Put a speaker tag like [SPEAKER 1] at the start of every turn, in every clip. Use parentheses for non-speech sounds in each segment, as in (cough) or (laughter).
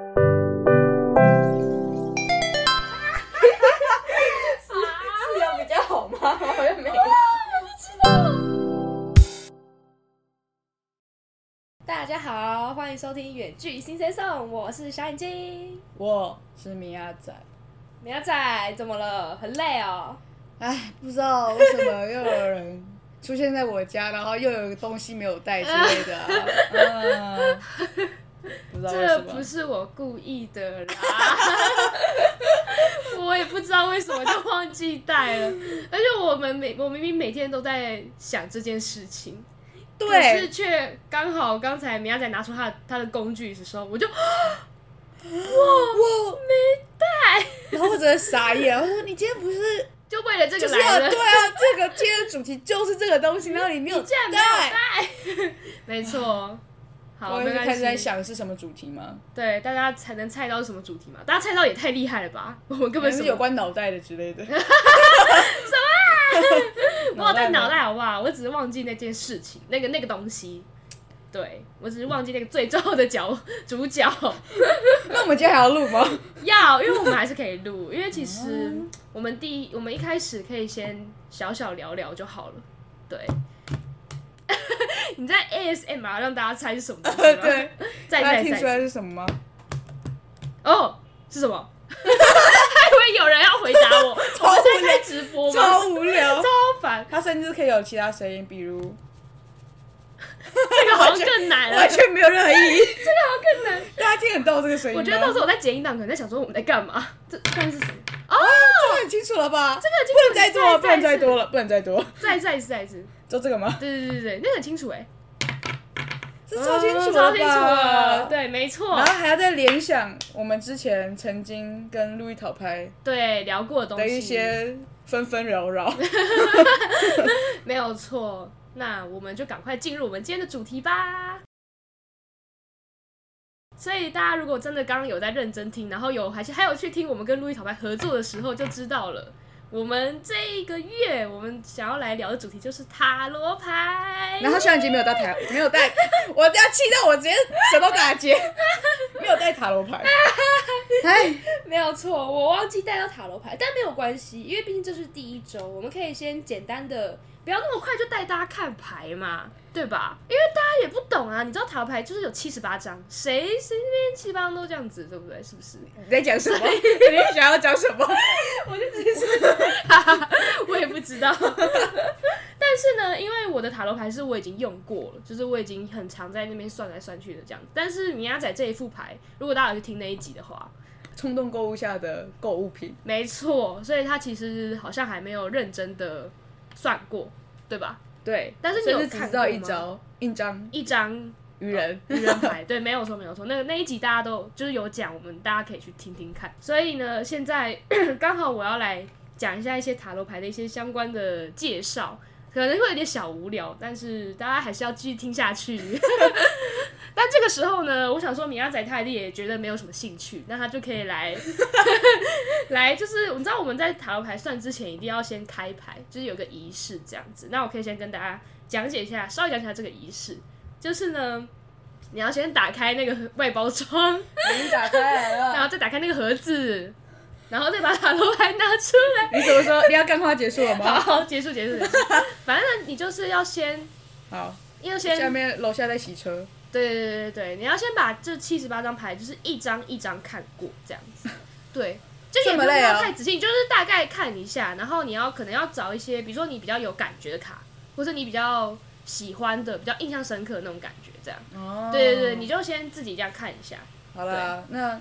[SPEAKER 1] 啊
[SPEAKER 2] 大家好，欢迎收听《远距新生颂》，我是小眼睛。
[SPEAKER 1] 我是米亚仔。
[SPEAKER 2] 苗仔怎么了？很累哦。
[SPEAKER 1] 哎，不知道为什么又有人出现在我家，然后又有东西没有带之类的、啊。 (laughs) 嗯，不知道为
[SPEAKER 2] 这
[SPEAKER 1] 什
[SPEAKER 2] 不
[SPEAKER 1] 么。
[SPEAKER 2] 是我故意的
[SPEAKER 1] (laughs)
[SPEAKER 2] 啦，我也不知道为什么就忘记带了，而且我们每我明明每天都在想这件事情，可是
[SPEAKER 1] 对，
[SPEAKER 2] 却刚好刚才米亚仔拿出他的他的工具的时候，我就
[SPEAKER 1] 我没带。然后我真的傻眼，我说你今天不是
[SPEAKER 2] 就为了这
[SPEAKER 1] 就
[SPEAKER 2] 个
[SPEAKER 1] 是要
[SPEAKER 2] 来了
[SPEAKER 1] 对。啊，这个今天的主题就是这个东西，然后你没有
[SPEAKER 2] 竟然没
[SPEAKER 1] 带。
[SPEAKER 2] 有带， (laughs) 没错。好，
[SPEAKER 1] 我
[SPEAKER 2] 没
[SPEAKER 1] 就
[SPEAKER 2] 关
[SPEAKER 1] 开始在
[SPEAKER 2] 系。
[SPEAKER 1] 想是什么主题吗？
[SPEAKER 2] 对，大家才能猜到是什么主题嘛？大家猜到也太厉害了吧！ (laughs) 我们根
[SPEAKER 1] 可
[SPEAKER 2] 本
[SPEAKER 1] 能是
[SPEAKER 2] 什
[SPEAKER 1] 有
[SPEAKER 2] 么
[SPEAKER 1] 关脑袋的之类
[SPEAKER 2] (laughs)
[SPEAKER 1] 的。
[SPEAKER 2] 啊我有带
[SPEAKER 1] (laughs) 脑
[SPEAKER 2] 脑
[SPEAKER 1] 袋吗
[SPEAKER 2] 袋好不好？我只是忘记那件事情，那个那个东西。对，我只是忘记那个最重要的角主角 (laughs)
[SPEAKER 1] 那我们今天还要录吗？
[SPEAKER 2] 要，因为我们还是可以录，因为其实
[SPEAKER 1] 嗯
[SPEAKER 2] 我们第一，我们一开始可以先小小聊聊就好了。对， (laughs) 你在 ASMR 让大家猜是什么东西吗？
[SPEAKER 1] (laughs) (laughs) 对，
[SPEAKER 2] 再，再
[SPEAKER 1] 大家
[SPEAKER 2] 再
[SPEAKER 1] 听
[SPEAKER 2] 再
[SPEAKER 1] 出来是什么吗？
[SPEAKER 2] 哦，是什么？还以为有人要回答我， (laughs) 我
[SPEAKER 1] (laughs)
[SPEAKER 2] 们在开直播吗？
[SPEAKER 1] 哦超无聊
[SPEAKER 2] (laughs) 超。烦，
[SPEAKER 1] 它甚至可以有其他声音，比如
[SPEAKER 2] 这个好像更难了
[SPEAKER 1] 完。全没有任
[SPEAKER 2] (laughs)
[SPEAKER 1] 何意义。这
[SPEAKER 2] 好更
[SPEAKER 1] 个
[SPEAKER 2] 难。
[SPEAKER 1] (laughs) 大家听得到这个声音吗？
[SPEAKER 2] 我觉得到时候我在剪音档，可能在想说我们在干嘛。 (laughs) 这但是什么？
[SPEAKER 1] 这个很清楚了吧？这
[SPEAKER 2] 个已经
[SPEAKER 1] 不能再多了，不
[SPEAKER 2] 再
[SPEAKER 1] 能再多了，不能再多了，
[SPEAKER 2] 再再一次，再一次。
[SPEAKER 1] 就这个吗？
[SPEAKER 2] 对对对对，那个很清楚哎，
[SPEAKER 1] 这超清楚
[SPEAKER 2] 嗯
[SPEAKER 1] 了
[SPEAKER 2] 超清楚了。
[SPEAKER 1] 啊吧？。
[SPEAKER 2] 对，没错
[SPEAKER 1] 然，后还要再联想我们之前曾经跟路易讨拍
[SPEAKER 2] 对聊过的东
[SPEAKER 1] 的
[SPEAKER 2] 西，
[SPEAKER 1] 一些纷纷扰
[SPEAKER 2] (laughs)
[SPEAKER 1] 扰。
[SPEAKER 2] 没有错。那我们就赶快进入我们今天的主题吧。所以大家如果真的刚刚有在认真听，然后有还是还有去听我们跟路易讨拍合作的时候，就知道了。我们这一个月我们想要来聊的主题就是塔罗
[SPEAKER 1] (laughs)
[SPEAKER 2] 牌。
[SPEAKER 1] 然后小眼睛没有带台，没有带，我要气到我直接舌头打
[SPEAKER 2] (laughs)
[SPEAKER 1] 结，没有带塔罗牌。哎，
[SPEAKER 2] 没有错，我忘记带到塔罗牌，但没有关系，因为毕竟这是第一周，我们可以先简单的，不要那么快就带大家看牌嘛，对吧？因为大家也不懂啊，你知道塔罗牌就是有七十八张，谁谁那边七十八张都这样子，对不对？是不 (laughs) 是？
[SPEAKER 1] 你在讲什么？你想要讲什么？
[SPEAKER 2] 我也不知道。 (laughs) 但是呢，因为我的塔罗牌是我已经用过了，就是我已经很常在那边算来算去的这样子。但是米亚仔这一副牌，如果大家有去听那一集的话，
[SPEAKER 1] 冲动购物下的购物品。
[SPEAKER 2] 没错，所以他其实好像还没有认真的算过，对吧？
[SPEAKER 1] 对，
[SPEAKER 2] 但是你
[SPEAKER 1] 甚
[SPEAKER 2] 有
[SPEAKER 1] 至只
[SPEAKER 2] 看
[SPEAKER 1] 知道
[SPEAKER 2] 过
[SPEAKER 1] 一
[SPEAKER 2] 吗
[SPEAKER 1] 招一张
[SPEAKER 2] 一张
[SPEAKER 1] 愚人。
[SPEAKER 2] 愚人牌， (laughs) 对，没有错，没有错。那个那一集大家都就是有讲，我们大家可以去听听看。所以呢，现在刚好我要来讲一下一些塔罗牌的一些相关的介绍，可能会有点小无聊，但是大家还是要继续听下去。 (laughs) 但这个时候呢，我想说米亚仔他一定也觉得没有什么兴趣，那他就可以来 (laughs) 来，就是你知道我们在塔罗牌算之前一定要先开牌，就是有个仪式这样子。那我可以先跟大家讲解一下，稍微讲解一下这个仪式，就是呢。你要先打开那个外包
[SPEAKER 1] (laughs)
[SPEAKER 2] 装，
[SPEAKER 1] 已经打开来 (laughs)
[SPEAKER 2] 然
[SPEAKER 1] 了。
[SPEAKER 2] 后再打开嗯那个盒子，然后再把塔罗牌拿出来。
[SPEAKER 1] 你怎么说？你要干话结束了 (laughs) 吗？
[SPEAKER 2] 好，结束结束结
[SPEAKER 1] (laughs)
[SPEAKER 2] 束。反正你就是要先，
[SPEAKER 1] 好，
[SPEAKER 2] 要先
[SPEAKER 1] 下面楼下在洗车。
[SPEAKER 2] 对对对对对，你要先把这七十八张牌就是一张一张看过这样
[SPEAKER 1] (laughs)
[SPEAKER 2] 子，对，就也
[SPEAKER 1] 这
[SPEAKER 2] 不
[SPEAKER 1] 么
[SPEAKER 2] 用
[SPEAKER 1] 累啊
[SPEAKER 2] 太仔细，你就是大概看一下，然后你要可能要找一些，比如说你比较有感觉的卡，或者你比较喜欢的、比较印象深刻的那种感觉，这样。
[SPEAKER 1] 哦
[SPEAKER 2] 对对对，你就先自己这样看一下。
[SPEAKER 1] 好了，那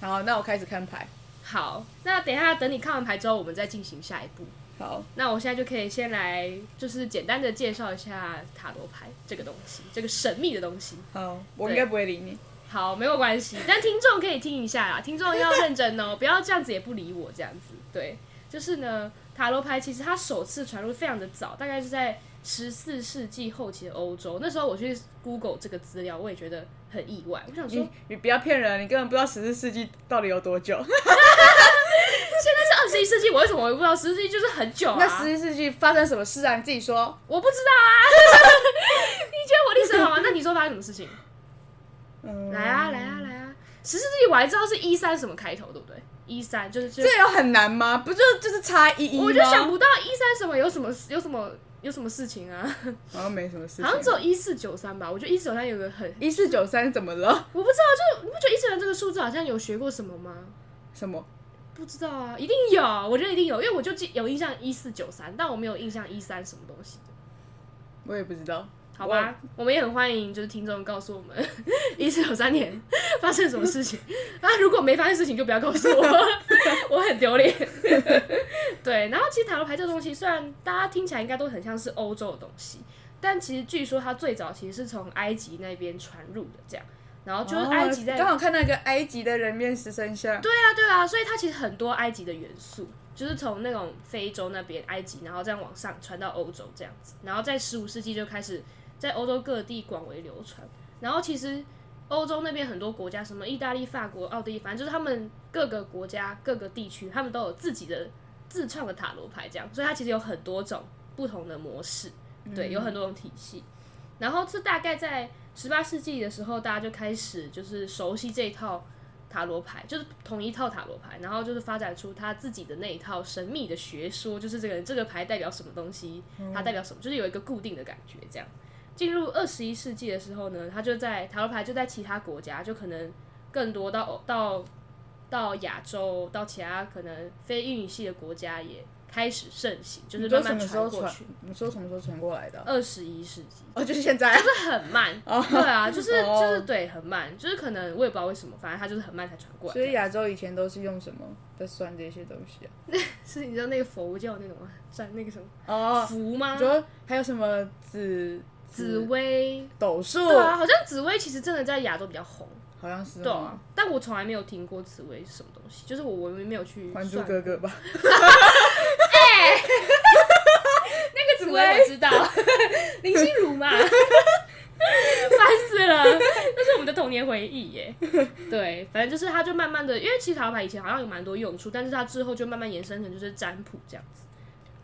[SPEAKER 1] 好，那我开始看牌。
[SPEAKER 2] 好，那等一下等你看完牌之后，我们再进行下一步。
[SPEAKER 1] 好，
[SPEAKER 2] 那我现在就可以先来，就是简单的介绍一下塔罗牌这个东西，这个神秘的东西。
[SPEAKER 1] 好，我
[SPEAKER 2] 对
[SPEAKER 1] 应该不会理你。
[SPEAKER 2] 好，没有关系，但听众可以听一下啦， (laughs) 听众要认真哦， (laughs) 不要这样子也不理我这样子。对，就是呢，塔罗牌其实它首次传入非常的早，大概是在十四世纪后期的欧洲。那时候我去 Google 这个资料，我也觉得很意外，我想说
[SPEAKER 1] 你你不要骗人，你根本不知道十四世纪到底有多久。
[SPEAKER 2] 那是二十一世纪，我为什么我也不知道？十四世纪就是很久啊，
[SPEAKER 1] 那十一世纪发生什么事啊？你自己说。
[SPEAKER 2] 我不知道啊。 (laughs) 你觉得我历史很好玩？那你说发生什么事情？
[SPEAKER 1] 嗯，
[SPEAKER 2] 来啊，来啊，来啊！十四世纪我还知道是一三什么开头，对不对？一三就是就
[SPEAKER 1] 这有很难吗？不就就是差一一吗？
[SPEAKER 2] 我就想不到一三什么有什么有什么有什么事情啊？
[SPEAKER 1] 好像没什么事情。
[SPEAKER 2] 好像只有一四九三吧，我觉得一四九三有个很，
[SPEAKER 1] 一四九三怎么了？
[SPEAKER 2] 我不知道，就你不觉得一四九三这个数字好像有学过什么吗？
[SPEAKER 1] 什么？
[SPEAKER 2] 不知道啊，一定有，我觉得一定有，因为我就记有印象一四九三，但我没有印象一三什么东西的。
[SPEAKER 1] 我也不知道。
[SPEAKER 2] 好吧，我们也很欢迎，就是听众告诉我们 (laughs) 一四九三年发生什么事情。 (laughs) 啊，如果没发生事情，就不要告诉我， (laughs) 我很丢脸。 (laughs) 对，然后其实塔罗牌这个东西，虽然大家听起来应该都很像是欧洲的东西，但其实据说它最早其实是从埃及那边传入的，这样。然后就是埃及在、
[SPEAKER 1] 哦刚好看到一个埃及的人面狮身像。
[SPEAKER 2] 对啊，对啊，所以它其实很多埃及的元素，就是从那种非洲那边埃及，然后这样往上传到欧洲这样子，然后在十五世纪就开始在欧洲各地广为流传。然后其实欧洲那边很多国家，什么意大利、法国、奥地利，反正就是他们各个国家、各个地区，他们都有自己的自创的塔罗牌这样，所以它其实有很多种不同的模式，
[SPEAKER 1] 嗯
[SPEAKER 2] 对，有很多种体系。然后这大概在十八世纪的时候，大家就开始就是熟悉这一套塔罗牌，就是同一套塔罗牌，然后就是发展出他自己的那一套神秘的学说，就是这个人这个牌代表什么东西，
[SPEAKER 1] 嗯
[SPEAKER 2] 它代表什么，就是有一个固定的感觉这样。进入二十一世纪的时候呢，他就在塔罗牌就在其他国家，就可能更多到到到亚洲，到其他可能非英语系的国家也开始盛行，就是
[SPEAKER 1] 你说
[SPEAKER 2] 慢
[SPEAKER 1] 什
[SPEAKER 2] 慢
[SPEAKER 1] 么时候
[SPEAKER 2] 传过
[SPEAKER 1] 传
[SPEAKER 2] 去。？
[SPEAKER 1] 你说什么时候传过来的啊？
[SPEAKER 2] 二十一世纪。 (clears throat)
[SPEAKER 1] 哦，就是现
[SPEAKER 2] (laughs)
[SPEAKER 1] 在。
[SPEAKER 2] 就是很慢，对啊，就是
[SPEAKER 1] (laughs) 哦
[SPEAKER 2] 就是对，很慢，就是可能我也不知道为什么，反正他就是很慢才传过来。
[SPEAKER 1] 所以亚洲以前都是用什么在算这些东西啊？
[SPEAKER 2] 是你知道那个佛教那种吗？算那个什么
[SPEAKER 1] 哦，
[SPEAKER 2] 符吗
[SPEAKER 1] 你？说还有什么紫
[SPEAKER 2] 紫薇，
[SPEAKER 1] 斗数？
[SPEAKER 2] 对啊，好像紫薇其实真的在亚洲比较红，
[SPEAKER 1] 好像是
[SPEAKER 2] 对
[SPEAKER 1] 哦
[SPEAKER 2] 啊，但我从来没有听过紫薇是什么东西，就是我我没有去
[SPEAKER 1] 《
[SPEAKER 2] 算
[SPEAKER 1] 还
[SPEAKER 2] 过
[SPEAKER 1] 珠格格》吧？
[SPEAKER 2] 那个紫薇我知道， (laughs) 林心如嘛， (laughs) 烦死 (laughs) 了，那是我们的童年回忆耶。对，反正就是它就慢慢的，因为其实塔罗牌以前好像有蛮多用处，但是它之后就慢慢延伸成就是占卜这样子。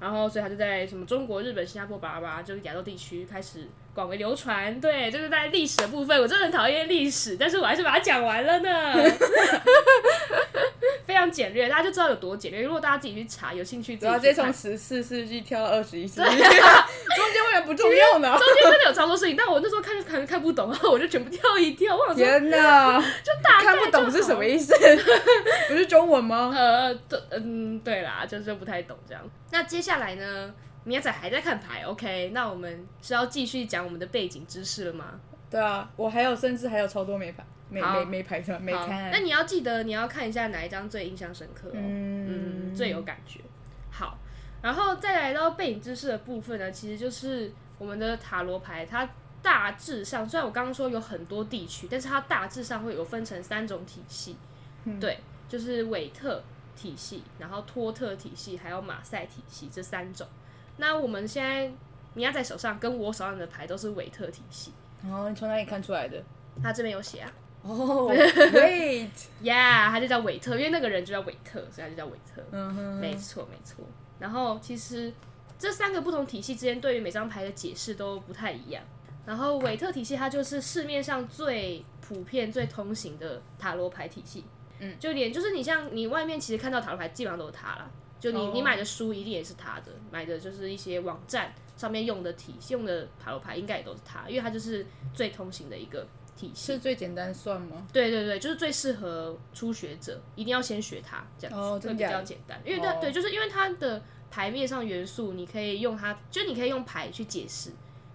[SPEAKER 2] 然后，所以它就在什么中国、日本、新加坡、巴拉巴拉，就是亚洲地区开始广为流传。对，就是在历史的部分，我真的很讨厌历史，但是我还是把它讲完了 (laughs) 呢。非常简略，大家就知道有多简略。如果大家自己去查，有兴趣自己
[SPEAKER 1] 然后
[SPEAKER 2] 去
[SPEAKER 1] 直接
[SPEAKER 2] 看
[SPEAKER 1] 从啊十四世纪跳到二十一世纪， (laughs) 中
[SPEAKER 2] 啊
[SPEAKER 1] 间为什么不重要呢？
[SPEAKER 2] 中间真的有超多事情，但我那时候看就可能看不懂，然后我就全部跳一跳，我想说
[SPEAKER 1] 天哪，
[SPEAKER 2] 就大概
[SPEAKER 1] 看不懂
[SPEAKER 2] 就是
[SPEAKER 1] 什
[SPEAKER 2] 好
[SPEAKER 1] 么意思？ (laughs) 不是中文吗？
[SPEAKER 2] 呃，对，嗯，对啦，就是不太懂这样。那接下来呢，明仔还在看牌，OK？那我们是要继续讲我们的背景知识了吗？
[SPEAKER 1] 对啊，我还有甚至还有超多没排没
[SPEAKER 2] 好
[SPEAKER 1] 没没排上没
[SPEAKER 2] 好
[SPEAKER 1] 看
[SPEAKER 2] 那。你要记得，你要看一下哪一张最印象深刻哦，嗯
[SPEAKER 1] 嗯
[SPEAKER 2] 最有感觉。好，然后再来到背景知识的部分呢，其实就是我们的塔罗牌，它大致上虽然我刚刚说有很多地区，但是它大致上会有分成三种体系，
[SPEAKER 1] 嗯
[SPEAKER 2] 对，就是韦特体系，然后托特体系，还有马赛体系这三种。那我们现在你要在手上跟我手上的牌都是韦特体系，
[SPEAKER 1] 哦，你从哪里看出来的？
[SPEAKER 2] 它这边有写啊。
[SPEAKER 1] 哦，wait，
[SPEAKER 2] Yeah，他就叫韦特，因为那个人就叫韦特，所以他就叫韦特。
[SPEAKER 1] 嗯哼，
[SPEAKER 2] 没错，没错。然后其实这三个不同体系之间对于每张牌的解释都不太一样。然后韦特体系它就是市面上最普遍、最通行的塔罗牌体系。嗯，就连就是你像你外面其实看到塔罗牌基本上都是它啦，就你、
[SPEAKER 1] 哦
[SPEAKER 2] 你买的书一定也是它的，买的就是一些网站上面用的体系用的塔罗牌应该也都是它，因为它就是最通行的一个体系。
[SPEAKER 1] 是最简单算吗？
[SPEAKER 2] 对对对，就是最适合初学者，一定要先学它，这样子、
[SPEAKER 1] 哦
[SPEAKER 2] 会
[SPEAKER 1] 真
[SPEAKER 2] 比
[SPEAKER 1] 假的
[SPEAKER 2] 较简单。因为它、
[SPEAKER 1] 哦
[SPEAKER 2] 对，就是因为它的牌面上元素，你可以用它，就你可以用牌去解释，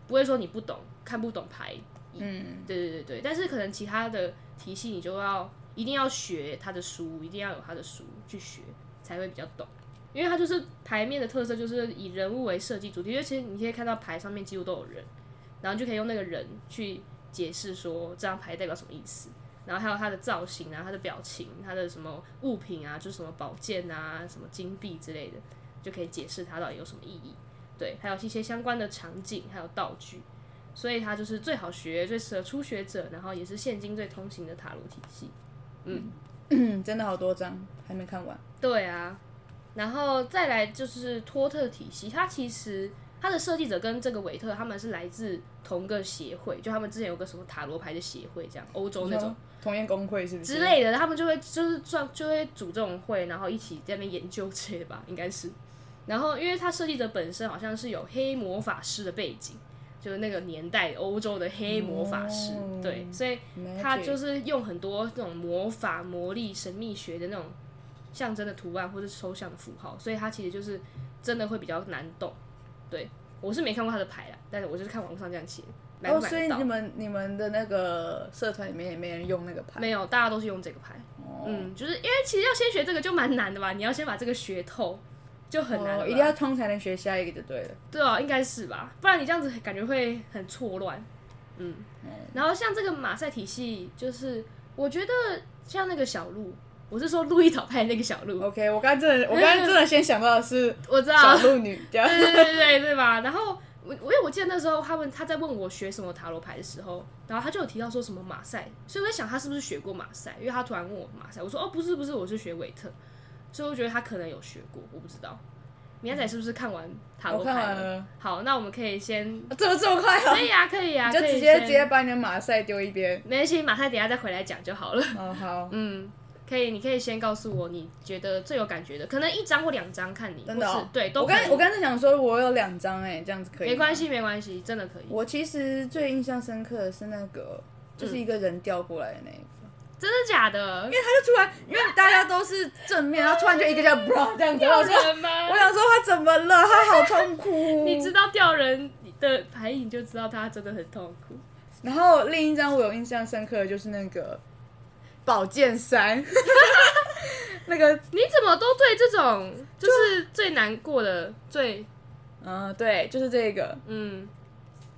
[SPEAKER 2] 不会说你不懂看不懂牌。
[SPEAKER 1] 嗯，
[SPEAKER 2] 对对对对，但是可能其他的体系你就要一定要学他的书，一定要有他的书去学才会比较懂。因为它就是牌面的特色，就是以人物为设计主题，因为其实你可以看到牌上面几乎都有人，然后你就可以用那个人去解释说这张牌代表什么意思，然后还有它的造型啊、它的表情、它的什么物品啊，就是什么宝剑啊、什么金币之类的，就可以解释它到底有什么意义。对，啊还有一些相关的场景还有道具，所以它就是最好学、最适合初学者，然后也是现今最通行的塔罗体系。
[SPEAKER 1] 嗯真的好多张还没看完。
[SPEAKER 2] 对啊，然后再来就是托特体系，它其实它的设计者跟这个韦特他们是来自同个协会，就他们之前有个什么塔罗牌的协会，这样欧洲那种。
[SPEAKER 1] 同业工会是不
[SPEAKER 2] 之
[SPEAKER 1] 是？
[SPEAKER 2] 类的，他们就会就是转就会组这种会，然后一起在那边研究之类的吧，应该是。然后，因为它设计者本身好像是有黑魔法师的背景，就是那个年代欧洲的黑魔法师，
[SPEAKER 1] 哦
[SPEAKER 2] 对，所以他就是用很多这种魔法、魔力、神秘学的那种象征的图案或者抽象的符号，所以它其实就是真的会比较难懂。对我是没看过他的牌啦，但是我就是看网络上这样写，买不
[SPEAKER 1] 哦，
[SPEAKER 2] 买
[SPEAKER 1] 所以
[SPEAKER 2] 得到？
[SPEAKER 1] 你们你们的那个社团里面也没人用那个牌，哦
[SPEAKER 2] 没有，大家都是用这个牌。嗯，就是因为其实要先学这个就蛮难的吧，你要先把这个学透就很难了吧、
[SPEAKER 1] 哦，一定要通才能学下一个就对了。
[SPEAKER 2] 对啊，应该是吧，不然你这样子感觉会很错乱。嗯，然后像这个马赛体系，就是我觉得像那个小鹿，我是说路易岛派那个小鹿，
[SPEAKER 1] OK，我刚真的，我刚真的先想到的
[SPEAKER 2] (laughs)
[SPEAKER 1] 是
[SPEAKER 2] 我知道啊
[SPEAKER 1] 小，鹿女这样
[SPEAKER 2] 对对对对对吧？然后我我因为我记得那时候他们他在问我学什么塔罗牌的时候，然后他就有提到说什么马赛，所以我在想他是不是学过马赛，因为他突然问我马赛，我说哦不是不是，我是学韦特，所以我觉得他可能有学过，我不知道。明仔是不是看完塔
[SPEAKER 1] 我
[SPEAKER 2] 罗牌
[SPEAKER 1] 看完
[SPEAKER 2] 了？
[SPEAKER 1] 了，
[SPEAKER 2] 好，那我们可以先
[SPEAKER 1] 啊这么这么快啊，
[SPEAKER 2] 可以啊，可以啊，
[SPEAKER 1] 你就
[SPEAKER 2] 可以
[SPEAKER 1] 直接
[SPEAKER 2] 先
[SPEAKER 1] 直接把你的马赛丢
[SPEAKER 2] (laughs)
[SPEAKER 1] 一边。
[SPEAKER 2] 没关系，马上等一下再回来讲就好了。
[SPEAKER 1] 哦，好，
[SPEAKER 2] 嗯，可以，你可以先告诉我你觉得最有感觉的，可能一张或两张看你，
[SPEAKER 1] 真的哦
[SPEAKER 2] 或是对，
[SPEAKER 1] 我
[SPEAKER 2] 都可
[SPEAKER 1] 刚
[SPEAKER 2] 以
[SPEAKER 1] 我刚才想说，我有两张哎，这样子可以。
[SPEAKER 2] 没关。系，没关系，真的可以。
[SPEAKER 1] 我其实最印象深刻的是那个，
[SPEAKER 2] 嗯
[SPEAKER 1] 就是一个人掉过来的那一个。
[SPEAKER 2] 真的假的？
[SPEAKER 1] 因为他就突然，因为大家都是正面，然后突然就一个叫 bro 这样子，我说，
[SPEAKER 2] 人吗
[SPEAKER 1] 我想说他怎么了？他好痛苦。
[SPEAKER 2] 你知道吊人的牌影就知道他真的很痛苦。
[SPEAKER 1] (laughs) 然后另一张我有印象深刻的就是那个宝剑三， (laughs) 那个，
[SPEAKER 2] 你怎么都对这种就是最难过的最
[SPEAKER 1] 嗯，对，就是这个。
[SPEAKER 2] 嗯，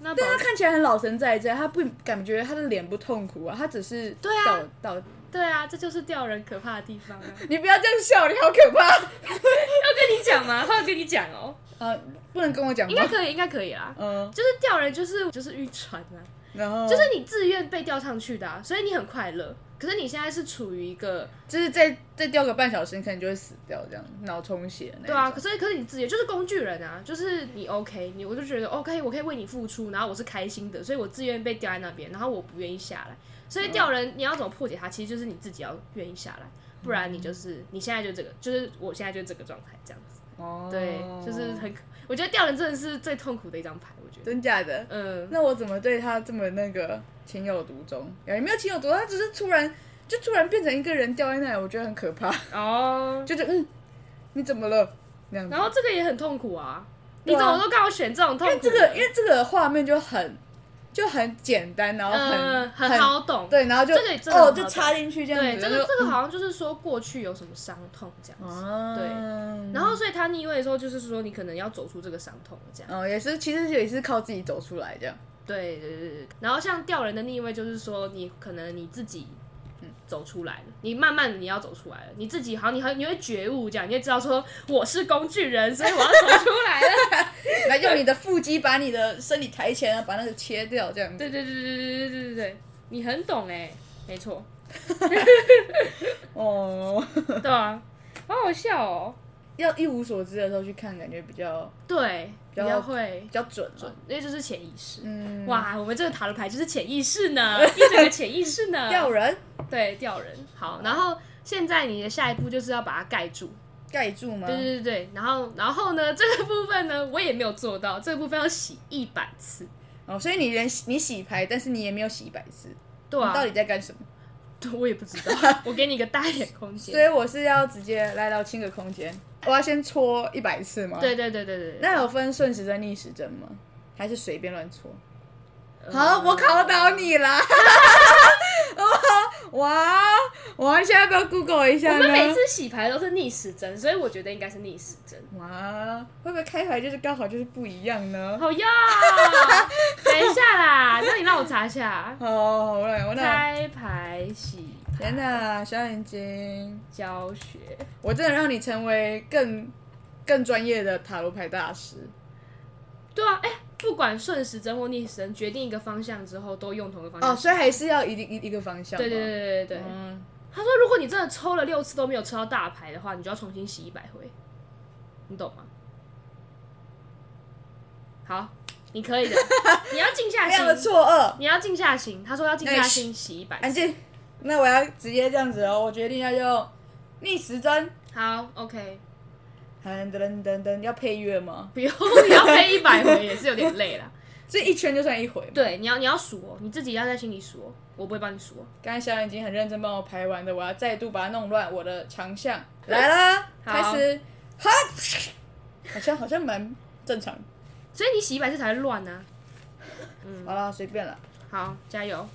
[SPEAKER 2] 那宝
[SPEAKER 1] 但他看起来很老神在在，他不感觉他的脸不痛苦啊，他只是
[SPEAKER 2] 对啊
[SPEAKER 1] 倒倒。
[SPEAKER 2] 对啊，这就是吊人可怕的地方啊！要
[SPEAKER 1] 你不要这样笑，你好可怕。 (laughs)
[SPEAKER 2] 跟你讲吗？他要跟你讲哦，
[SPEAKER 1] 呃，不能跟我讲
[SPEAKER 2] 应该
[SPEAKER 1] 吗？
[SPEAKER 2] 可以，应该可以啦。
[SPEAKER 1] (laughs) 嗯，
[SPEAKER 2] 就是吊人就是就是晕船啊，
[SPEAKER 1] 然后
[SPEAKER 2] 就是你自愿被吊上去的、啊，所以你很快乐。可是你现在是处于一个
[SPEAKER 1] 就是再再掉个半小时，你可能就会死掉，这样脑充血那一种。
[SPEAKER 2] 对啊，可是可是你自己就是工具人啊，就是你 OK，你我就觉得 OK，我可以为你付出，然后我是开心的，所以我自愿被吊在那边，然后我不愿意下来。所以吊人、你要怎么破解它，其实就是你自己要愿意下来，不然你就是你现在就这个，就是我现在就这个状态这样子。
[SPEAKER 1] 哦，
[SPEAKER 2] 对，就是很可，我觉得吊人真的是最痛苦的一张牌，我觉得。
[SPEAKER 1] 真假的。
[SPEAKER 2] 嗯，
[SPEAKER 1] 那我怎么对他这么那个情有独钟？也没有情有独钟，他只是突然就突然变成一个人掉在那里，我觉得很可怕。
[SPEAKER 2] 哦，
[SPEAKER 1] 就是嗯，你怎么了？那样子
[SPEAKER 2] 然。后这个也很痛苦啊，你
[SPEAKER 1] 对啊
[SPEAKER 2] 怎么都刚好选这种痛
[SPEAKER 1] 因
[SPEAKER 2] 苦
[SPEAKER 1] 为
[SPEAKER 2] 的？
[SPEAKER 1] 这个，因为这个画面就很就很简单，然后很、
[SPEAKER 2] 嗯
[SPEAKER 1] 很
[SPEAKER 2] 很好懂，
[SPEAKER 1] 对，然后就
[SPEAKER 2] 这个也真的
[SPEAKER 1] 哦
[SPEAKER 2] 很
[SPEAKER 1] 就
[SPEAKER 2] 好
[SPEAKER 1] 插进去这样
[SPEAKER 2] 对，
[SPEAKER 1] 子。
[SPEAKER 2] 这
[SPEAKER 1] 然
[SPEAKER 2] 个
[SPEAKER 1] 后
[SPEAKER 2] 这个好像就是说过去有什么伤痛这样子。
[SPEAKER 1] 啊
[SPEAKER 2] 然后，所以他逆位的时候，就是说你可能要走出这个伤痛，这样。
[SPEAKER 1] 哦也是，其实也是靠自己走出来这样。
[SPEAKER 2] 对对对对对。然后像吊人的逆位，就是说你可能你自己走出来了，你慢慢的你要走出来了，你自己好像你很你会觉悟这样，你会知道说我是工具人，所以我要走出来了。
[SPEAKER 1] 来用你的腹肌把你的身体抬起来，然后把那个切掉这样子。
[SPEAKER 2] 对对对对对对对对对，你很懂哎、没错，
[SPEAKER 1] 哦，
[SPEAKER 2] 对啊，好好笑哦。
[SPEAKER 1] 要一无所知的时候去看，感觉比较
[SPEAKER 2] 对，比
[SPEAKER 1] 较
[SPEAKER 2] 较会
[SPEAKER 1] 比，较准啊。
[SPEAKER 2] 因为就是潜意识。
[SPEAKER 1] 嗯，
[SPEAKER 2] 哇，我们这个塔罗牌就是潜意识呢，
[SPEAKER 1] (laughs)
[SPEAKER 2] 一整个潜意识呢，
[SPEAKER 1] 吊人
[SPEAKER 2] 对吊人。好，然后现在你的下一步就是要把它盖住，
[SPEAKER 1] 盖住吗？
[SPEAKER 2] 对对对对。然后然后呢，这个部分呢，我也没有做到，这个部分要洗一百次。
[SPEAKER 1] 哦，所以你连洗你洗牌，但是你也没有洗一百次，
[SPEAKER 2] 对啊
[SPEAKER 1] 你到，底在干什么？
[SPEAKER 2] 对我也不知
[SPEAKER 1] (laughs)
[SPEAKER 2] 道，我给你一个大一点空
[SPEAKER 1] 所
[SPEAKER 2] 间。
[SPEAKER 1] 以我是要直接来到清个空间，我要先搓一百次吗？。
[SPEAKER 2] 对对对对对对。
[SPEAKER 1] 那有分顺时针、逆时针吗？还是随便乱搓？
[SPEAKER 2] 呃
[SPEAKER 1] 好，我考倒你啦！哇哇，现在要不要 Google 一
[SPEAKER 2] 我
[SPEAKER 1] 下
[SPEAKER 2] 们每
[SPEAKER 1] 呢？
[SPEAKER 2] 次洗牌都是逆时针，所以我觉得应该是逆时针。
[SPEAKER 1] 哇，会不会开牌就是刚好就是不一样呢？
[SPEAKER 2] 好
[SPEAKER 1] (laughs)
[SPEAKER 2] 呀，等一下啦，那你让我查一下。
[SPEAKER 1] 哦，好嘞，我那
[SPEAKER 2] 开牌洗
[SPEAKER 1] 天哪，小眼睛。
[SPEAKER 2] 教学。
[SPEAKER 1] 我真的让你成为更更专业的塔罗牌大师。
[SPEAKER 2] 对啊，哎、不管顺时针或逆时针，决定一个方向之后，都用同一个方向。
[SPEAKER 1] 哦，所以还是要一定一一个方向。
[SPEAKER 2] 对对对对对对。
[SPEAKER 1] 嗯，
[SPEAKER 2] 他说，如果你真的抽了六次都没有抽到大牌的话，你就要重新洗一百回，你懂吗？好，你可 (laughs) 以的，你要静下
[SPEAKER 1] 非常的
[SPEAKER 2] 心，
[SPEAKER 1] 错愕。
[SPEAKER 2] 你要静下心。他说要静下心洗一百
[SPEAKER 1] 安静。那我要直接这样子哦，我决定要用逆时针。
[SPEAKER 2] 好，OK，
[SPEAKER 1] 噔噔噔噔，要配乐吗？
[SPEAKER 2] 不用，你要背一百回也是有点累 (laughs) 啦。
[SPEAKER 1] 这一圈就算一回嘛。
[SPEAKER 2] 对，你要你要数哦，你自己要在心里数哦，我不会帮你数哦。
[SPEAKER 1] 刚才小远已经很认真帮我排完的，我要再度把它弄乱。我的强项来啦，
[SPEAKER 2] 好
[SPEAKER 1] 开始，哈，好像好像蛮正常。
[SPEAKER 2] 所以你洗一百次才会乱啊呢、
[SPEAKER 1] 好啦，随便了。
[SPEAKER 2] 好，加油！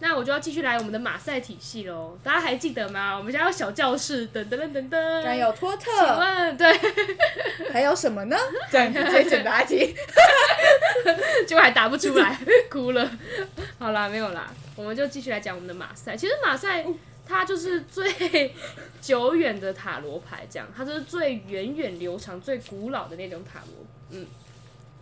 [SPEAKER 2] 那我就要继续来我们的马赛体系喽。大家还记得吗？我们现在有小教室，噔噔噔噔
[SPEAKER 1] 还
[SPEAKER 2] 噔。
[SPEAKER 1] 有托特，
[SPEAKER 2] 请问，对，
[SPEAKER 1] 还有什么呢？这样直接简答题。
[SPEAKER 2] 结果还答不出来，哭了。 (laughs) 好啦，没有啦，我们就继续来讲我们的马赛。其实马赛它就是最 (laughs) 久远的塔罗牌，这样它就是最源远流长、最古老的那种塔罗。嗯，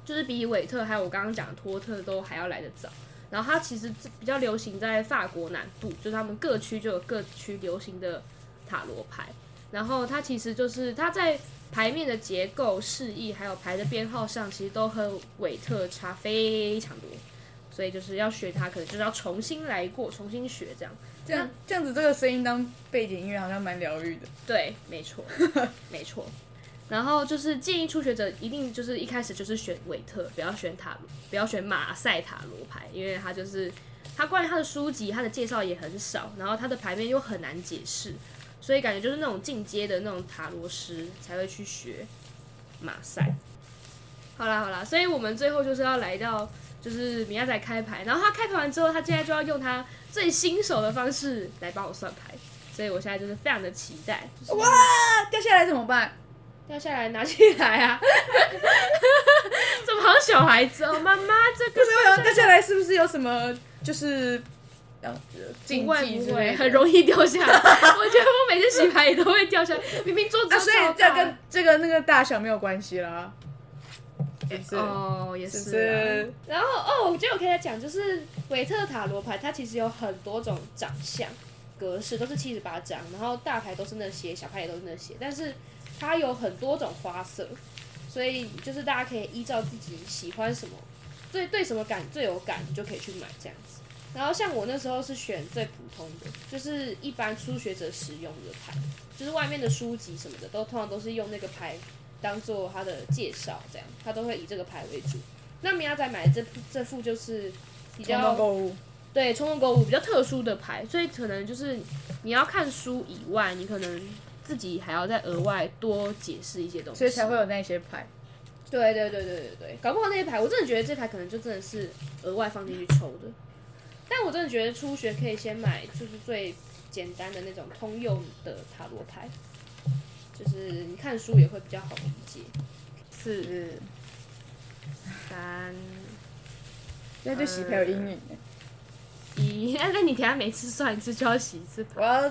[SPEAKER 2] 就是比韦特还有我刚刚讲的托特都还要来得早。然后它其实比较流行在法国南部，就是他们各区就有各区流行的塔罗牌。然后它其实就是它在牌面的结构、示意还有牌的编号上，其实都和韦特差非常多，所以就是要学它，可能就是要重新来过，重新学这样。
[SPEAKER 1] 这样这样子，这个声音当背景音乐好像蛮疗愈的。
[SPEAKER 2] 对，没错，没错。然后就是建议初学者一定就是一开始就是选韦特，不要选塔罗，不要选马赛塔罗牌，因为它就是它关于它的书籍、它的介绍也很少，然后它的牌面又很难解释，所以感觉就是那种进阶的那种塔罗师才会去学马赛。好啦好啦，所以我们最后就是要来到就是米亚仔开牌，然后他开牌完之后，他现在就要用他最新手的方式来帮我算牌，所以我现在就是非常的期待。就是
[SPEAKER 1] 哇，
[SPEAKER 2] 啊
[SPEAKER 1] 掉下来怎么办？
[SPEAKER 2] 掉下来拿起来啊！怎么好像小孩子哦？妈妈，这
[SPEAKER 1] 不
[SPEAKER 2] 个
[SPEAKER 1] 是为什么掉下来？是不是有什么就是呃禁
[SPEAKER 2] 不会
[SPEAKER 1] 忌之
[SPEAKER 2] 不会，
[SPEAKER 1] 类的
[SPEAKER 2] 很容易掉下来。我觉得我每次洗牌也都会掉下来，明明桌子
[SPEAKER 1] 啊，
[SPEAKER 2] 都
[SPEAKER 1] 所以
[SPEAKER 2] 超
[SPEAKER 1] 这
[SPEAKER 2] 大
[SPEAKER 1] 跟这个那个大小没有关系啦，是不是？
[SPEAKER 2] 哦也
[SPEAKER 1] 是不
[SPEAKER 2] 是啊。
[SPEAKER 1] 是？
[SPEAKER 2] 然后哦，我觉得我可以来讲，就是韦特塔罗牌，它其实有很多种长相格式，都是七十八张，然后大牌都是那些，小牌也都是那些，但是它有很多种花色，所以就是大家可以依照自己喜欢什么，最对什么感最有感，你就可以去买这样子。然后像我那时候是选最普通的，就是一般初学者使用的牌，就是外面的书籍什么的，都通常都是用那个牌当做它的介绍，这样它都会以这个牌为主。那米亚仔买的这这副就是比
[SPEAKER 1] 冲动
[SPEAKER 2] 较
[SPEAKER 1] 购物，
[SPEAKER 2] 对冲动购物比较特殊的牌，所以可能就是你要看书以外，你可能自己还要再额外多解释一些东西，
[SPEAKER 1] 所以才会有那些牌。
[SPEAKER 2] 对对对对对对，搞不好那一排，我真的觉得这排可能就真的是额外放进去抽的。但我真的觉得初学可以先买，就是最简单的那种通用的塔罗牌，就是你看书也会比较好理解。四
[SPEAKER 1] 是，
[SPEAKER 2] 三
[SPEAKER 1] 那对洗牌有阴影
[SPEAKER 2] 呃
[SPEAKER 1] 欸。
[SPEAKER 2] 一， (laughs) 哎那那你等一下每次算一次就要洗一次牌。
[SPEAKER 1] 我要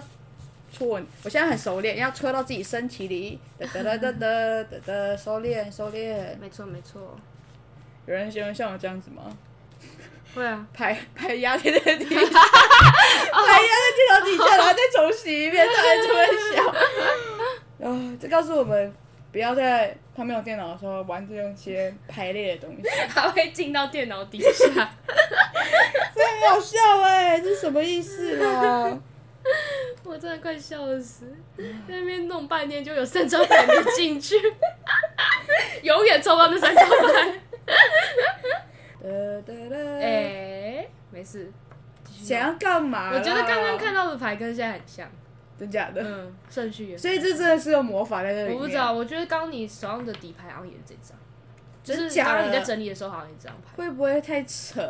[SPEAKER 1] 搓你，我现在很熟练，要搓到自己身体里。哒哒哒哒哒哒哒，收敛收敛。
[SPEAKER 2] 没错没错，
[SPEAKER 1] 有人喜欢像我这样子吗？
[SPEAKER 2] 会啊，
[SPEAKER 1] 拍 (laughs) 拍压贴在
[SPEAKER 2] 哦
[SPEAKER 1] 地上，拍压在电脑底下，然后再重洗一遍，当然就会笑。啊，这告诉我们不要在旁边有电脑的时候玩这种些排列的东西，
[SPEAKER 2] (laughs)
[SPEAKER 1] (laughs)
[SPEAKER 2] 它会进到电脑底下。
[SPEAKER 1] 这很好笑哎、这是什么意思啊啦？
[SPEAKER 2] 我真的快笑死，在那边弄半天就有三张牌没进去， (laughs) 永远抽不到那三张牌。
[SPEAKER 1] 哒哒哒，
[SPEAKER 2] (laughs) 哎、没事，继续
[SPEAKER 1] 想
[SPEAKER 2] 弄
[SPEAKER 1] 要干嘛？
[SPEAKER 2] 我觉得刚刚，看到的牌跟现在很像，
[SPEAKER 1] 真假的，
[SPEAKER 2] 嗯，顺序也是
[SPEAKER 1] 所以这真的是有魔法在这里面。
[SPEAKER 2] 我不知道，我觉得刚刚你手上的底牌好像也是这张，就
[SPEAKER 1] 真
[SPEAKER 2] 是
[SPEAKER 1] 假的
[SPEAKER 2] 刚刚你在整理的时候好像也是这张牌。
[SPEAKER 1] 会不会太扯？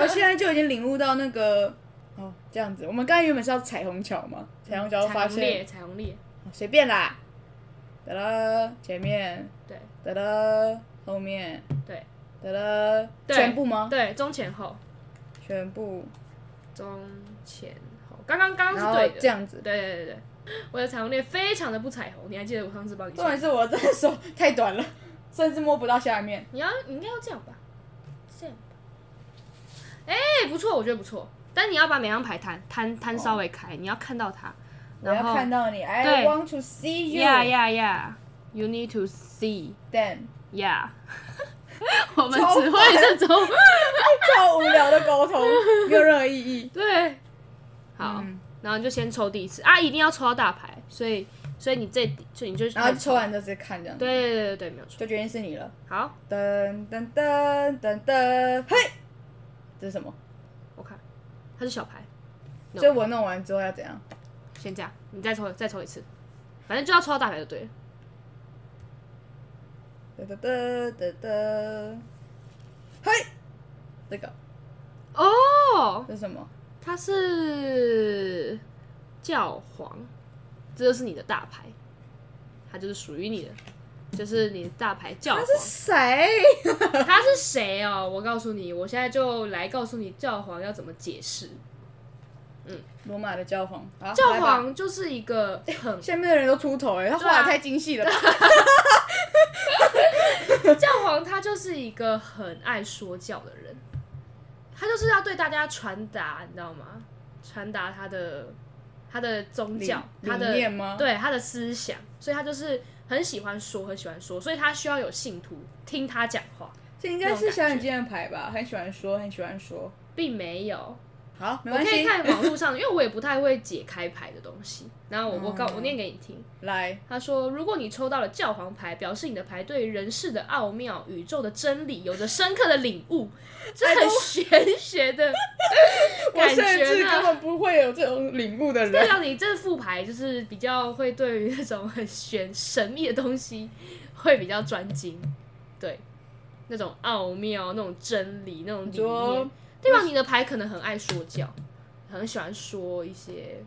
[SPEAKER 1] 我现在就已经领悟到那个哦，这样子。我们刚才原本是要彩虹桥嘛，彩虹桥发
[SPEAKER 2] 彩虹
[SPEAKER 1] 现
[SPEAKER 2] 列，彩虹列，
[SPEAKER 1] 随便啦，哒啦，前面，
[SPEAKER 2] 对
[SPEAKER 1] 哒啦，后面，
[SPEAKER 2] 对
[SPEAKER 1] 哒啦，
[SPEAKER 2] 对
[SPEAKER 1] 全部吗？
[SPEAKER 2] 对，中前后，
[SPEAKER 1] 全部，
[SPEAKER 2] 中前后，刚刚刚
[SPEAKER 1] 然
[SPEAKER 2] 刚是
[SPEAKER 1] 后
[SPEAKER 2] 对的，
[SPEAKER 1] 这样子。
[SPEAKER 2] 对对对对，我的彩虹列非常的不彩虹，你还记得我上次帮你
[SPEAKER 1] 重
[SPEAKER 2] 算
[SPEAKER 1] 点是我的手太短了， (laughs) 甚至摸不到下面。
[SPEAKER 2] 你要你应该要这样吧，这样吧。哎、不错，我觉得不错。但你要把每张牌摊摊摊稍微开，你要看到它。
[SPEAKER 1] 哦我要
[SPEAKER 2] 然后
[SPEAKER 1] 看到你，I
[SPEAKER 2] 对
[SPEAKER 1] want to see you。
[SPEAKER 2] Yeah, yeah, yeah. You need to see. (laughs)
[SPEAKER 1] Damn，
[SPEAKER 2] Yeah. (laughs) 我们
[SPEAKER 1] 超
[SPEAKER 2] 只会
[SPEAKER 1] 烦
[SPEAKER 2] 这种。
[SPEAKER 1] 超无聊的沟 (laughs) 通，没有任何意义。
[SPEAKER 2] 对。好，
[SPEAKER 1] 嗯
[SPEAKER 2] 然后你就先抽第一次啊，一定要抽到大牌，所以所以你这就你就
[SPEAKER 1] 然后抽完就直接看这样，
[SPEAKER 2] 对对对对对，没有错。
[SPEAKER 1] 就决定是你了。
[SPEAKER 2] 好，
[SPEAKER 1] 噔噔噔噔噔，嘿，这是什么？
[SPEAKER 2] 我看它是小牌，No
[SPEAKER 1] 所以我弄完之后要怎样？
[SPEAKER 2] 先这样，你再抽再抽一次，反正就要抽到大牌就对了。
[SPEAKER 1] 噔噔噔噔噔，嘿，这个
[SPEAKER 2] 哦，
[SPEAKER 1] 这是什么？
[SPEAKER 2] 它是教皇，这就是你的大牌，它就是属于你的，就是你的大牌教皇
[SPEAKER 1] 这。谁？
[SPEAKER 2] 他是谁哦？我告诉你，我现在就来告诉你教皇要怎么解释。
[SPEAKER 1] 罗马的教皇。好
[SPEAKER 2] 教。
[SPEAKER 1] 来吧
[SPEAKER 2] 皇就是一个
[SPEAKER 1] (laughs)
[SPEAKER 2] 很
[SPEAKER 1] 下面的人都秃头哎、他
[SPEAKER 2] 对
[SPEAKER 1] 画
[SPEAKER 2] 啊
[SPEAKER 1] 的太精细了吧？
[SPEAKER 2] 教皇，他就是一个很爱说教的人，他就是要对大家传达，你知道吗？传达他的他的宗教，
[SPEAKER 1] 理
[SPEAKER 2] 他的
[SPEAKER 1] 理念吗？
[SPEAKER 2] 对他的思想，所以他就是很喜欢说，很喜欢说，所以他需要有信徒听他讲话，
[SPEAKER 1] 这应该是小眼睛的牌吧？很喜欢说，很喜欢说。
[SPEAKER 2] 并没有。
[SPEAKER 1] 好，没
[SPEAKER 2] 我
[SPEAKER 1] 关
[SPEAKER 2] 可以
[SPEAKER 1] 系。
[SPEAKER 2] 看网络上，因为 (laughs) 我也不太会解开牌的东西。然后我我告我念给你听，
[SPEAKER 1] 来，
[SPEAKER 2] 他说：“如果你抽到了教皇牌，表示你的牌对人世的奥妙、宇宙的真理有着深刻的领悟，这很玄学的
[SPEAKER 1] 我
[SPEAKER 2] 感
[SPEAKER 1] 甚至
[SPEAKER 2] 觉
[SPEAKER 1] 根
[SPEAKER 2] 呢。
[SPEAKER 1] 本不会有这种领悟的
[SPEAKER 2] 代
[SPEAKER 1] 人。
[SPEAKER 2] 表你这副牌就是比较会对于那种很玄神秘的东西会比较专精，对，那种奥妙、那种真理、那种
[SPEAKER 1] 你
[SPEAKER 2] 理
[SPEAKER 1] 说
[SPEAKER 2] 念。代表你的牌可能很爱说教，很喜欢说一些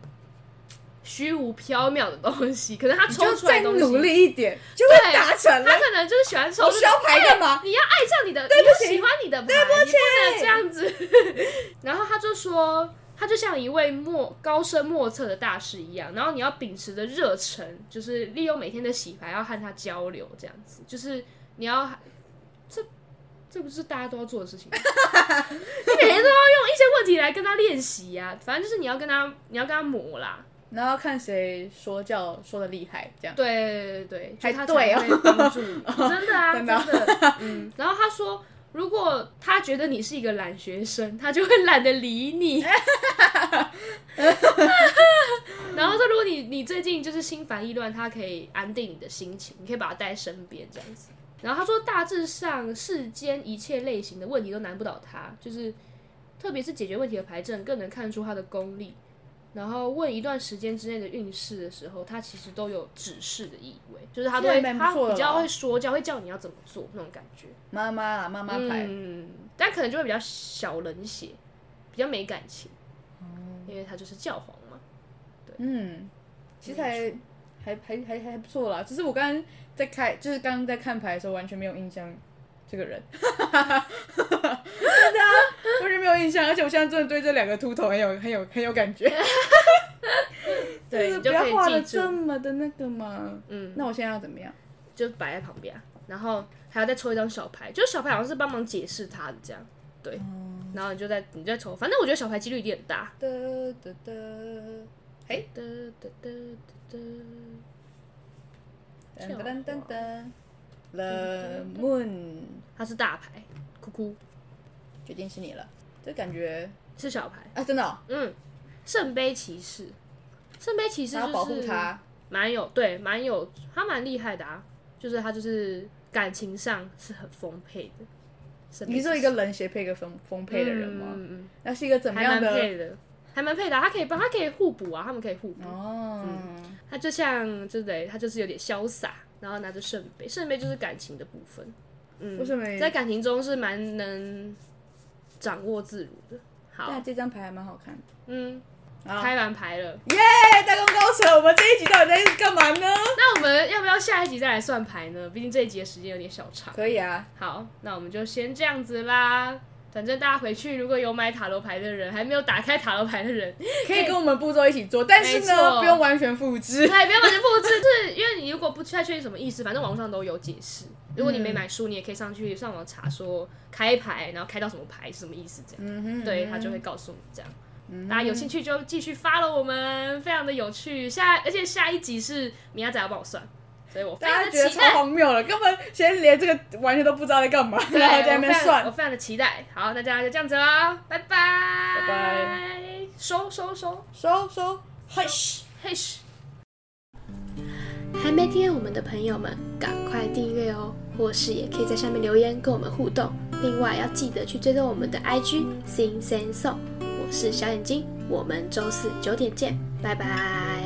[SPEAKER 2] 虚无缥缈的东西，可能他
[SPEAKER 1] 你
[SPEAKER 2] 抽
[SPEAKER 1] 就
[SPEAKER 2] 出来
[SPEAKER 1] 再
[SPEAKER 2] 的东西
[SPEAKER 1] 努力一点，就会达成了
[SPEAKER 2] 他。可能就是喜欢抽
[SPEAKER 1] 我需要牌干嘛？
[SPEAKER 2] 你要爱上你的，
[SPEAKER 1] 对不起
[SPEAKER 2] 你要喜欢你的牌，对不起，你不能这样子。 (laughs) 然后他就说，他就像一位莫高深莫测的大师一样，然后你要秉持着热忱，就是利用每天的洗牌，要和他交流，这样子，就是你要这。这不是大家都要做的事情吗，你每天都要用一些问题来跟他练习呀、反正就是你要跟他，你要跟他磨啦，
[SPEAKER 1] 然后看谁说教说的厉害，这样。
[SPEAKER 2] 对对对，
[SPEAKER 1] 还
[SPEAKER 2] 就他
[SPEAKER 1] 对
[SPEAKER 2] 才
[SPEAKER 1] 哦
[SPEAKER 2] 会帮助你，真的啊，真
[SPEAKER 1] 真的啊
[SPEAKER 2] 的，嗯。然后他说，如果他觉得你是一个懒学生，他就会懒得理你。然后说，如果你你最近就是心烦意乱，他可以安定你的心情，你可以把他带在身边这样子。然后他说，大致上世间一切类型的问题都难不倒他，就是特别是解决问题的牌阵，更能看出他的功力。然后问一段时间之内的运势的时候，他其实都有指示的意味，就是他都会
[SPEAKER 1] 现在蛮
[SPEAKER 2] 他
[SPEAKER 1] 不错的
[SPEAKER 2] 比较
[SPEAKER 1] 了
[SPEAKER 2] 会说教，会叫你要怎么做那种感觉。
[SPEAKER 1] 妈妈啊，妈妈牌。
[SPEAKER 2] 嗯，但可能就会比较小冷血，比较没感情，因为他就是教皇嘛。
[SPEAKER 1] 哦嗯，其实还还还还还不错啦。只是我刚刚在开，就是刚刚在看牌的时候，完全没有印象这个人。 (laughs) 真的啊，完全没有印象。而且我现在真的对这两个秃头很有很有很有感觉。
[SPEAKER 2] 对
[SPEAKER 1] 就是
[SPEAKER 2] 你就
[SPEAKER 1] 不
[SPEAKER 2] 可以
[SPEAKER 1] 要画的
[SPEAKER 2] 记住
[SPEAKER 1] 这么的那个嘛。
[SPEAKER 2] 嗯，
[SPEAKER 1] 那我现在要怎么样？
[SPEAKER 2] 就摆在旁边啊、然后还要再抽一张小牌，就是小牌好像是帮忙解释他的这样。对，
[SPEAKER 1] 哦
[SPEAKER 2] 然后你就在你再抽，反正我觉得小牌几率有点大。
[SPEAKER 1] 哒哒哒，嘿，
[SPEAKER 2] 哒哒哒哒
[SPEAKER 1] 噔噔噔噔，The Moon，
[SPEAKER 2] 它是大牌，哭哭
[SPEAKER 1] 决定是你了。这感觉
[SPEAKER 2] 是小牌，
[SPEAKER 1] 啊，真的、哦，
[SPEAKER 2] 嗯，圣杯骑士，圣杯骑士就
[SPEAKER 1] 他要
[SPEAKER 2] 是
[SPEAKER 1] 保护他。
[SPEAKER 2] 蛮有对，蛮有，他蛮厉害的啊，就是他就是感情上是很丰沛的。圣杯
[SPEAKER 1] 你
[SPEAKER 2] 骑士
[SPEAKER 1] 是一个冷血配一个丰丰沛的人吗？
[SPEAKER 2] 嗯嗯
[SPEAKER 1] 那是一个怎
[SPEAKER 2] 嗯，
[SPEAKER 1] 么
[SPEAKER 2] 还
[SPEAKER 1] 样
[SPEAKER 2] 蛮
[SPEAKER 1] 的？
[SPEAKER 2] 配的，还蛮配的啊、他可以帮他可以互补啊，他们可以互补。
[SPEAKER 1] 哦，
[SPEAKER 2] 他就像就对，他就是有点潇洒，然后拿着圣杯，圣杯就是感情的部分。嗯，
[SPEAKER 1] 为什么也
[SPEAKER 2] 在感情中是蛮能掌握自如的？好
[SPEAKER 1] 那，这张牌还蛮好看的。
[SPEAKER 2] 嗯，
[SPEAKER 1] 好
[SPEAKER 2] 开完牌了，
[SPEAKER 1] 哎、大功告成！我们这一集到底在干嘛呢？
[SPEAKER 2] 那我们要不要下一集再来算牌呢？毕竟这一集的时间有点小长。
[SPEAKER 1] 可以啊，
[SPEAKER 2] 好，那我们就先这样子啦。反正大家回去如果有买塔罗牌的人，还没有打开塔罗牌的人，
[SPEAKER 1] 可以跟我们步骤一起做，但是
[SPEAKER 2] 没
[SPEAKER 1] 呢，
[SPEAKER 2] 错
[SPEAKER 1] 不用完全复制。
[SPEAKER 2] (laughs) 对，不要完全复制，是因为你如果不太确定什么意思，反正网络上都有解释。如果
[SPEAKER 1] 嗯
[SPEAKER 2] 你没买书，你也可以上去上网查说开牌，然后开到什么牌是什么意思，这样，
[SPEAKER 1] 嗯哼，嗯
[SPEAKER 2] 对他就会告诉你这样。大家有兴趣就继续 follow 我们，非常的有趣。下而且下一集是米亚仔要帮我算，所以我非常
[SPEAKER 1] 大
[SPEAKER 2] 的
[SPEAKER 1] 家觉得
[SPEAKER 2] 啊期
[SPEAKER 1] 超
[SPEAKER 2] 待。
[SPEAKER 1] 荒谬了，根本先连这个完全都不知道在干嘛，
[SPEAKER 2] 对，
[SPEAKER 1] 然后在那边
[SPEAKER 2] 我非常我
[SPEAKER 1] 算。
[SPEAKER 2] 非常的期待。好，那大家就这样子啦，拜拜，拜
[SPEAKER 1] 拜，
[SPEAKER 2] 收收收，
[SPEAKER 1] 收收，嘿嘘。
[SPEAKER 2] 嘿嘘。
[SPEAKER 3] 还没订阅我们的朋友们，赶快订阅哦！或是也可以在下面留言跟我们互动。另外要记得去追踪我们的 IG Sing Sing Song。我是小眼睛，我们周四九点见，拜拜。